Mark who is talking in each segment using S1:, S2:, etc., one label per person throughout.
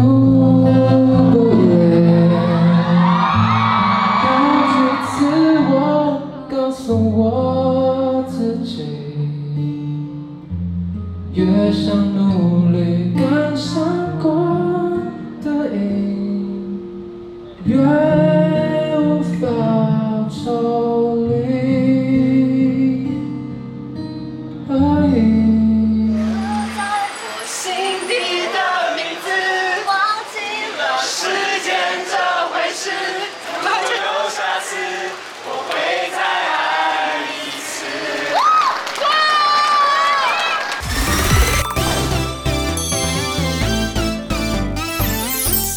S1: 哦，好几次我告诉我自己，越想努力赶上光的影，越无法抽离而已。
S2: 我心底的名字，忘记了时间这回事，不留下次，我会再爱一次。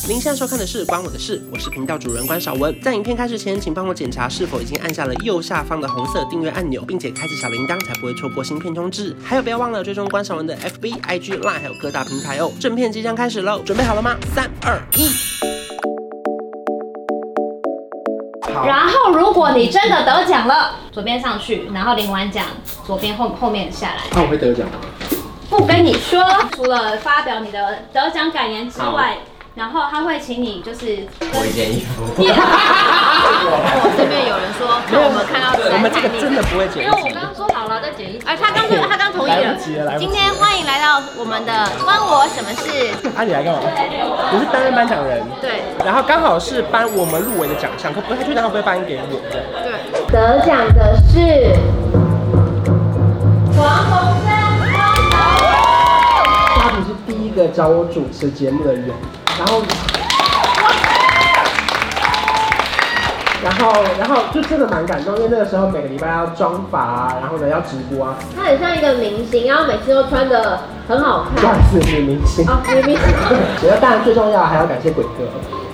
S3: 您现在收看的是《关我的事》，我是频道主人关少文。在影片开始前，请帮我检查是否已经按下了右下方的红色订阅按钮，并且开启小铃铛，才不会错过新片通知。还有，不要忘了追踪关少文的 FB、IG、Line，还有各大平台哦。正片即将开始喽，准备好了吗？三、二、一。
S4: 然后如果你真的得奖了，左边上去，然后领完奖，左边后后面下来。
S3: 那我会得奖吗？
S4: 不跟你说，除了发表你的得奖感言之外，然后他会请你就是
S5: 我一件衣服。
S4: 哦
S6: 我这边有人说，看我们看到谁
S3: 我们这个
S6: 看你
S3: 真的不会剪
S6: 因为我刚刚说好了再剪一集。哎，他刚刚他刚同意
S7: 来
S6: 了
S7: 不及了来不及
S6: 今
S7: 了
S6: 天欢迎来到我们的《关我什么事》。
S3: 啊，你来干嘛？你是担任颁奖人，
S6: 对
S3: 然后刚好是颁我们入围的奖项，可不太确定他会不会颁给我这样。
S6: 对。
S4: 得奖的是黄鸿升。
S7: 他不是第一个找我主持节目的人，然后，然后，然后就真的蛮感动，因为那个时候每个礼拜要妆发啊，然后呢要直播啊，
S4: 他很像一个明星，然后每次都穿的很好看。
S7: 算是女明星。
S4: 啊，明明
S7: 觉得当然最重要还要感谢鬼哥，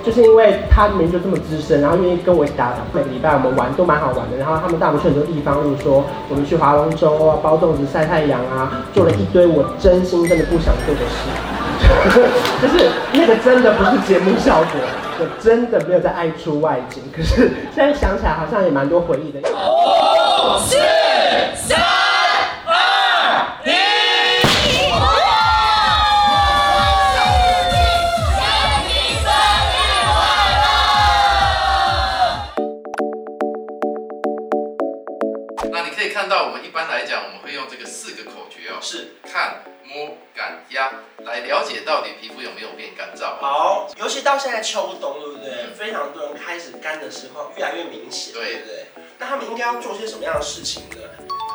S7: 就是因为他明明就这么资深，然后愿意跟我一起打打。每个礼拜我们玩都蛮好玩的，然后他们带我们去很多地方，例如说我们去划龙舟啊、包粽子、晒太阳啊，做了一堆我真心真的不想做的事， 就是那个真的不是节目效果。我真的没有在爱出外景，可是现在想起来好像也蛮多回忆的。
S8: 那你可以看到，我们一般来讲，我们会用这个四个口诀哦，
S9: 是
S8: 看、摸、感、压，来了解到底皮肤有没有变干燥。
S9: 好，尤其到现在秋冬，对不对？非常多人开始干的情况越来越明显，
S8: 对
S9: 对不对？那他们应该要做些什么样的事情呢？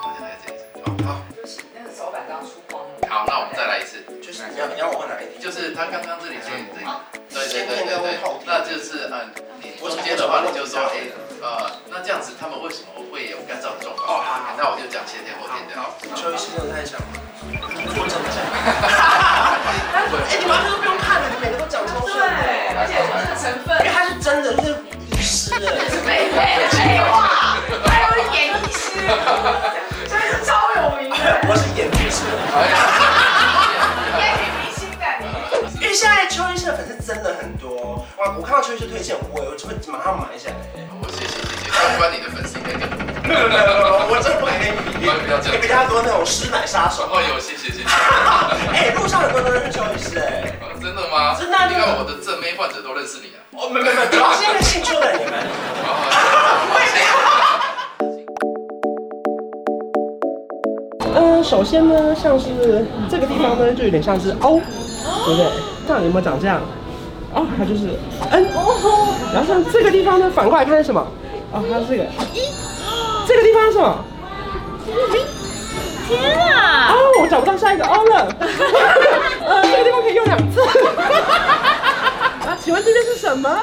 S8: 好，再来这一次。好，好，
S10: 就是那个手板刚出光了。
S8: 好，那我们再来一次，
S9: 就是你要你要我哪一题？
S8: 就是他刚刚这里这里这里，对对
S9: 前
S8: 对
S9: 面
S8: 对
S9: 跟
S8: 对
S9: 后，面
S8: 那就是嗯，你中间的话你就
S9: 啊
S8: 说哎。呃，那这样子他们为什么会有干燥的状况？
S9: 哦好好
S8: 那我就讲先天后天的。
S9: 好，邱医师真的太强了，我真的太强了。但是
S8: 对
S9: 哎，你完全都不用看了，你每个都讲超顺
S10: 对，
S9: 的，
S10: 而且就是成分
S9: 因为他是真的就是医师哎。
S10: 美配废话，还有演艺师，所以是超有名的，
S9: 我是眼睛师，
S10: 也挺明星的。
S9: 因为现在邱医师的粉丝真的很多，哇！我看到邱医师推荐我，我就会马上买下来。
S8: 我谢谢谢谢，关关你的粉丝应该更多。
S9: 没有没有没有，我真的不敢跟你比，你 比他多那种师奶杀手。
S8: 哦，有谢谢谢谢。
S9: 哎，路上很多人都认识邱医师哎。
S8: 呃真的吗？
S9: 真的啊
S8: 你看我的正妹患者都认识你啊。
S9: 哦，没没没，主要是因为姓邱的你们。
S7: 呃，首先呢，像是这个地方呢，就有点像是凹，对不对？到底有没有长这样？哦，它就是 N。然后像这个地方呢，反过来看是什么？哦，它是这个一。这个地方是什么？
S6: 天啊！
S7: 哦，我找不到下一个 O 了。呃，这个地方可以用两次。啊，请问这边是什么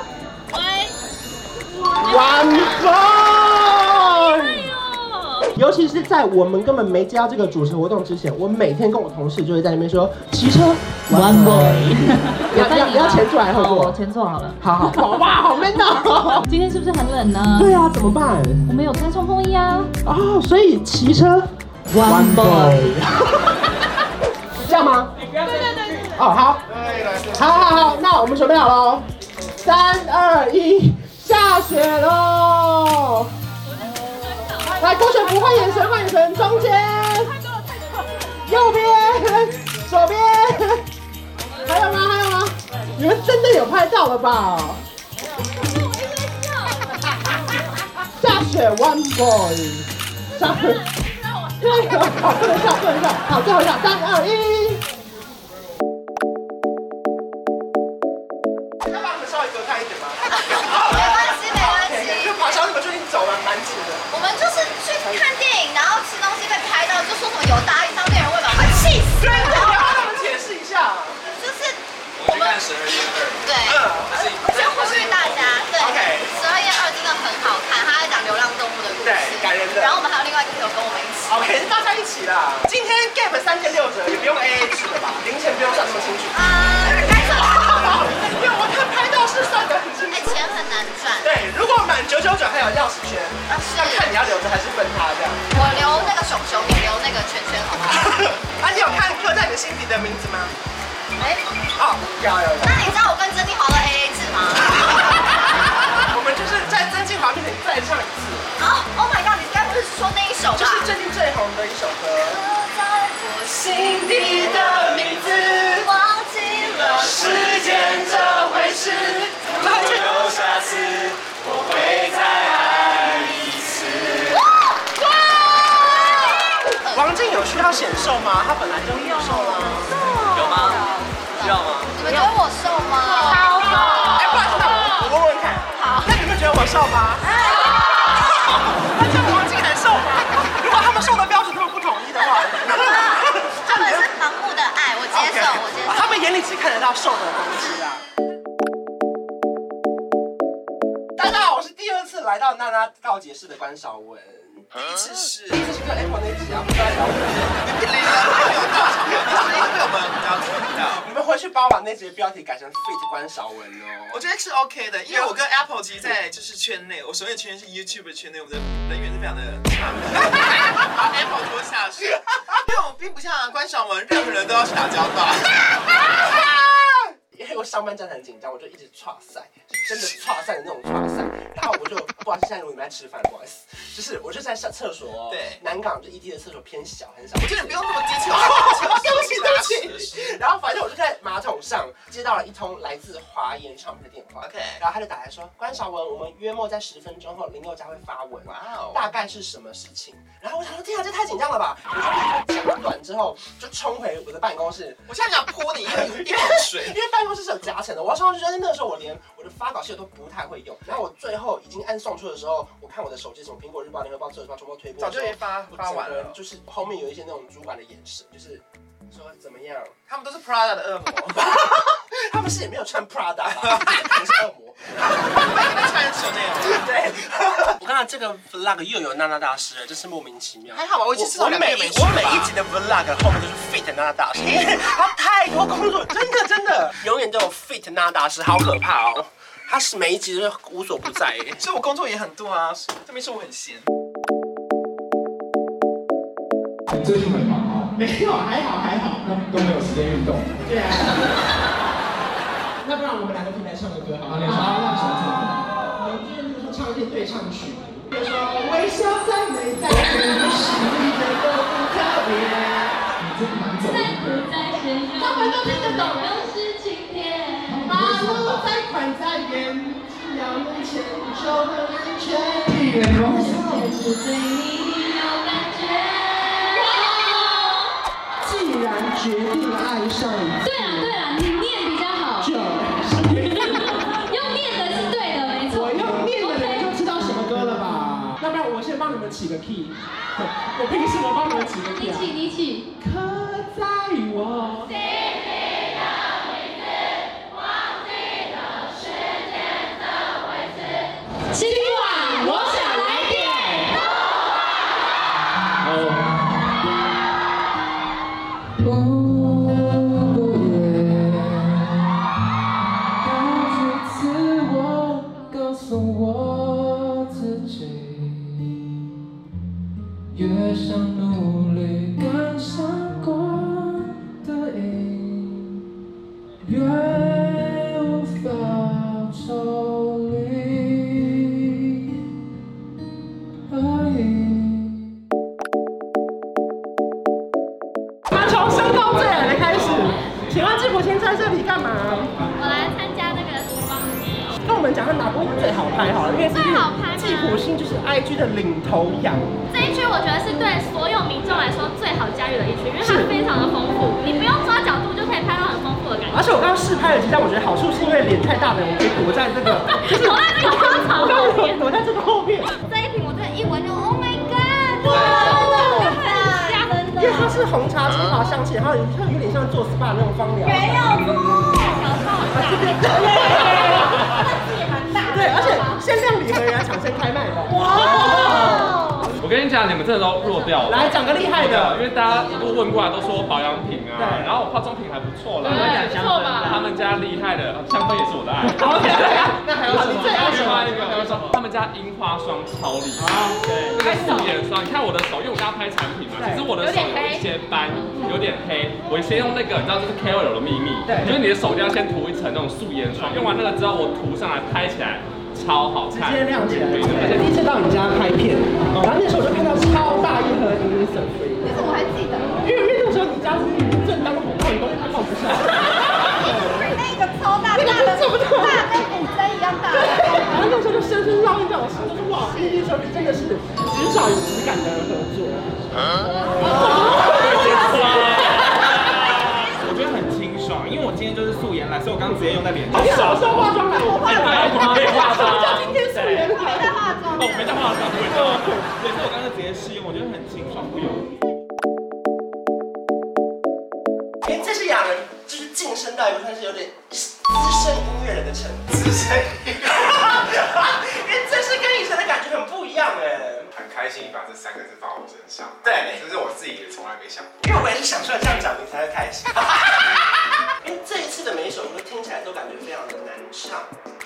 S7: ？One phone。尤其是在我们根本没接到这个主持活动之前，我每天跟我同事就会在那边说骑车 one boy，要要要前出来后座，
S11: 前座好了。
S7: 好好好哇，好 man 哦！
S11: 今天是不是很冷呢？
S7: 对啊，怎么办？
S11: 我们有穿冲锋衣啊。
S7: 哦，所以骑车
S11: One boy
S7: 这样吗？对对对。哦，好，好好好，那我们准备好喽，三二一，下雪喽！来，郭雪芙换眼神，换眼神，中间，右边，左边，还有吗？还有吗？有们真的有拍到了吧？下雪 One Boy，下 雪，对，好，不能笑，不能笑，好，最后一下，三二一。
S9: 要把你们稍微隔开一点吗？
S2: 没关系没关系
S9: 就跑小你们最近走了蛮紧的。
S2: 我们就是去看电影，然后吃东西被拍到，就说什么有大一商店人会把我们气死。
S9: 对对，你要帮他们解释一下。嗯
S2: 就是
S8: 我们看十二月二，
S2: 对，我先呼吁大家，对，十二月二真的很好看，它在讲流浪动物的故事，
S9: 对感人的
S2: 然后我们还有另外一个朋友跟我们一起。
S9: OK，是大家一起啦。今天 Gap 三千六折，也不用 AA 制了吧？零钱不用算那么清楚。
S2: 啊，该算
S9: 了。 因为我看拍到是算的很清
S2: 哎，
S9: 楚。
S2: 钱很难赚，
S9: 对，如果满九九九还有钥匙圈，
S2: 啊
S9: 要看你要留着还是分他这样。
S2: 我留那个熊熊，你留那个圈圈好不好？
S9: 啊，你有看刻在你心底的名字吗？
S2: 哎，
S9: 哦，有有有。
S2: 那你知道我跟珍妮华的 AA 制吗？
S9: 我们就是在曾庆华面前再唱一次，
S2: 哦，Oh my god，你该不是说那一首吧？
S9: 就是最近最红的一首歌。
S2: 我心底的名字，忘记了时间这回事。
S8: 如果有下次，我会再爱你一次。
S9: 王静有需要显瘦吗？她本来就很瘦啊。
S8: 有吗？需要吗？
S2: 你们觉得我瘦吗？超瘦。
S9: 哎，不然那我问问看。好。那你们觉得我瘦吗？那这样王静还瘦吗？如果他们瘦的标准他们不统一的 话，
S2: 他们是盲目的爱，我接受，我接受。
S9: 啊他们眼里只看得到瘦的东西啊。大家好，我是第二次来到娜娜告解室的关少文。
S8: 第一次是，
S9: 第一次去看 Apple 那一集啊，不知道聊什么。
S8: 被我们聊听到。
S9: 你们回去帮我把那集的标题改成 Fit 关少文哦。
S5: 我觉得是 OK 的，因为我跟 Apple 其实在就是圈内，我首演圈是 YouTube 圈内，我们的人缘是非常的差的，把 Apple 拖下水。因为我并不像关晓雯，任何人都要去打交道。
S9: 因为我上半站很紧张，我就一直岔赛，就真的岔赛的那种岔赛。然后我就不好意思，现在我们在吃饭，不好意思，就是我就在上厕所、哦。
S5: 对，
S9: 南港就 ET 的厕所偏小，很小。
S5: 我觉得你不用那么低调
S9: 对不起，对不起。然后反正我就在马桶上接到了一通来自华研唱片的电话。
S5: OK
S9: 然后他就打来说：“关少文，我们约莫在十分钟后，林宥嘉会发文。”
S5: 哇哦
S9: 大概是什么事情？然后我想说：“天啊，这太紧张了吧！”我就立刻讲短之后，就冲回 我的办公室，
S5: 我现在想泼你一盆一盆
S9: 因
S5: 水。
S9: 为办公室是有夹层的，我要上去，但是那个时候我连我的发稿系统都不太会用。然后我最后已经按送出的时候，我看我的手机什么苹果日报、联合报、自由日报全部都推播的
S5: 早
S9: 时
S5: 就
S9: 候，
S5: 已经发
S9: 我
S5: 发完
S9: 整个人
S5: 了，
S9: 就是后面有一些那种主管的眼神，就是说怎么样，
S5: 他们都是 Prada 的恶魔，
S9: 他们是也没有穿 Prada，啦 你是恶魔。
S5: 我也在穿 Chanel。
S9: 对，
S3: 我看到这个 vlog 又有娜娜大师了，真是莫名其妙。
S9: 还好吧，我
S5: 已经吃
S3: 我
S5: 到两
S3: 每
S5: 遍
S3: 一
S5: 没
S3: 我
S5: 吃
S3: 每
S5: 吧
S3: 一集的 vlog 后面都是 fit 娜娜大师，
S9: 他太多工作，真的真的。
S3: 永远都有 fit 娜娜大师，好可怕哦！他是每一集都无所不在 耶。
S5: 所以我工作也很多啊，这边说我很闲。
S1: 最近很忙哦。没有，还好还好，都都没有时间运动。
S7: 对啊。那不然我们两个可以来唱个歌好吗？
S1: 好你唱
S7: 好想唱什么？我们就是比如说唱一些对唱曲，比如说微笑赞美在你是一点都不特别。
S1: 你真的蛮走的。
S7: 他们都听得懂，马路在款在远，只要有钱就能安全。
S1: 屁嘞，你们会唱
S7: 既然决定爱上你，
S11: 对啦对啦，你念比较好，
S7: 就
S11: 用念的是对的，没错。
S7: 我用念的你们就知道什么歌了吧？要不然我先帮你们起个 key，我凭什么帮你们起个 key
S11: 你
S7: 啊？
S11: 起 你起，
S7: 刻在我。
S11: 今晚我想来点。
S1: 我不愿告知自我，告诉我自己，越想努力赶上光的影，
S7: 讲他哪部最好拍好了，因为
S11: 最好拍吗
S7: 季普星就是 IG 的领头羊。
S11: 这一区我觉得是对所有民众来说最好驾驭的一区，因为它非常的丰富，你不用抓角度就可以拍到很丰富的感觉。
S7: 而且我刚刚试拍了几张，我觉得好处是因为脸太大的，我可以躲在这个，就是
S11: 躲在这个花草后面
S7: 躲在这个后面。
S11: 这一瓶我真的一闻就 Oh my God！
S7: 哇
S11: 真的很香，真
S7: 因为它是红茶精华香气，然后有它有点像做 SPA 那种芳疗。
S11: 没有错，小少
S7: 对，而且限量礼盒人家抢先开卖的。
S12: 哇！我跟你讲，你们真的都弱掉了。
S7: 来讲个厉害的
S12: 因为大家都问过来啊都说保养品啊，然后我化妆品还不错啦，
S7: 对不错吧
S12: 他们家厉害的哦香氛也是 我的爱。
S7: 哦 OK，那还有什么
S12: 另外一个，他们家樱花霜超厉
S7: 啊
S12: 害，对，那个素颜霜，你看我的手，因为我刚拍产品嘛，其实我的手有一些斑，有点黑，我先用那个，你知道这是 KOL 的秘密，对，就是你的手一定要先涂一层那种素颜霜，用完那个之后我涂上来拍起来超好看，
S7: 直接亮起来。
S12: 对
S7: 而且第一次到你家拍片，然后那时候我就看到超大一盒 i n s e n
S10: 但是我还记得，
S7: 因为因为那时候你家是正当红矿工，放不 下。
S10: 那个超大大的，大跟古筝一样大的。
S7: 然后那时候就深深烙印在我心中，就是哇，第一手真的是极少有质感的合作。
S13: 我觉得很清爽，因为我今天就是素颜来，所以我刚刚直接用在脸上。
S7: 好像我是化妆来，我化
S13: 哎
S7: 妆
S13: 对我没化妆
S7: 我叫今天素颜来。
S10: 在化
S13: 哦，
S10: 妆。
S13: 没在化妆，对，对，所以我刚刚直接试用，我觉得很清爽，不油腻。
S7: 哎，这是雅人，就是晋升到一个算是有点资深音乐人的程度。资深音乐人，哎，这是跟以前的感觉很不一样哎。
S14: 很开心把这三个字放我身上，
S7: 对
S14: 这是我自己也从来没想过。
S7: 因为我也是想出来这样讲，你才会开 心。因为这一次的每一首歌听起来都感觉非常的难唱。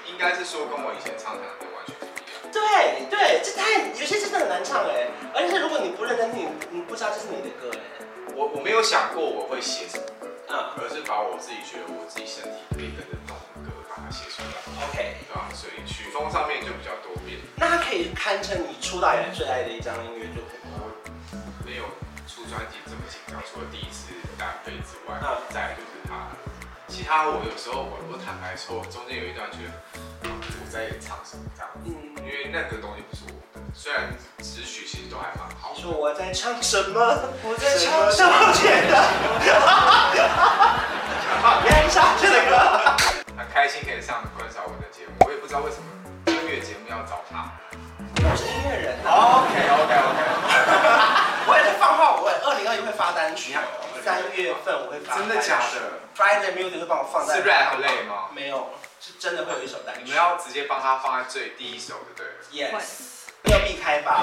S14: 应该是说跟我以前唱的歌完全不一样。
S7: 对对，这太有些真的很难唱哎，而且如果你不认真听，你你不知道这是你的歌哎。
S14: 我我没有想过我会写什么歌，
S7: 啊
S14: 而是把我自己觉得我自己身体可以跟得动的歌把它写出来。
S7: OK，
S14: 对吧？所以曲风上面就比较多变，
S7: 那它可以堪称你出道以来最爱的一张音乐作品。
S14: 没有出专辑这么紧张，除了第一次单飞之外，
S7: 嗯
S14: 再来就是他。其他我有时候我我坦白说，我中间有一段觉得啊我在唱什么这样子，因为那个东西不是我的，虽然词曲其实都还蛮好。
S7: 你说我在唱什么？我在
S14: 唱
S7: 什么觉得？原上去的歌。
S14: 很开心可以上关少文的节目，我也不知道为什么音乐节目要找他。
S7: 我是音乐人。
S14: OK OK OK，
S7: 我也在放话，我二零二一会发单曲，三月份我会发。
S14: 真的假的
S7: ？Friday Music 会帮我放在。
S14: 是 rap 类吗？
S7: 没有，是真的会有一首单曲。
S14: 你们要直接帮他放在最第一首就对了。
S7: Yes，没有避开吧？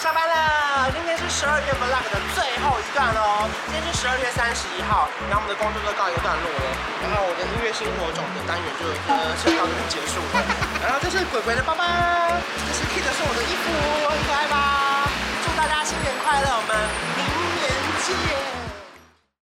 S7: 下班了，今天是十二月 vlog 的最后一段喽。今天是十二月三十一号，然后我们的工作就告一个段落了。然后我的音乐生活种的单元就呃先到这边结束了。然后这是鬼鬼的包包，这是 Kid 送我的衣服，很可爱吧？祝大家新年快乐，我们明年见。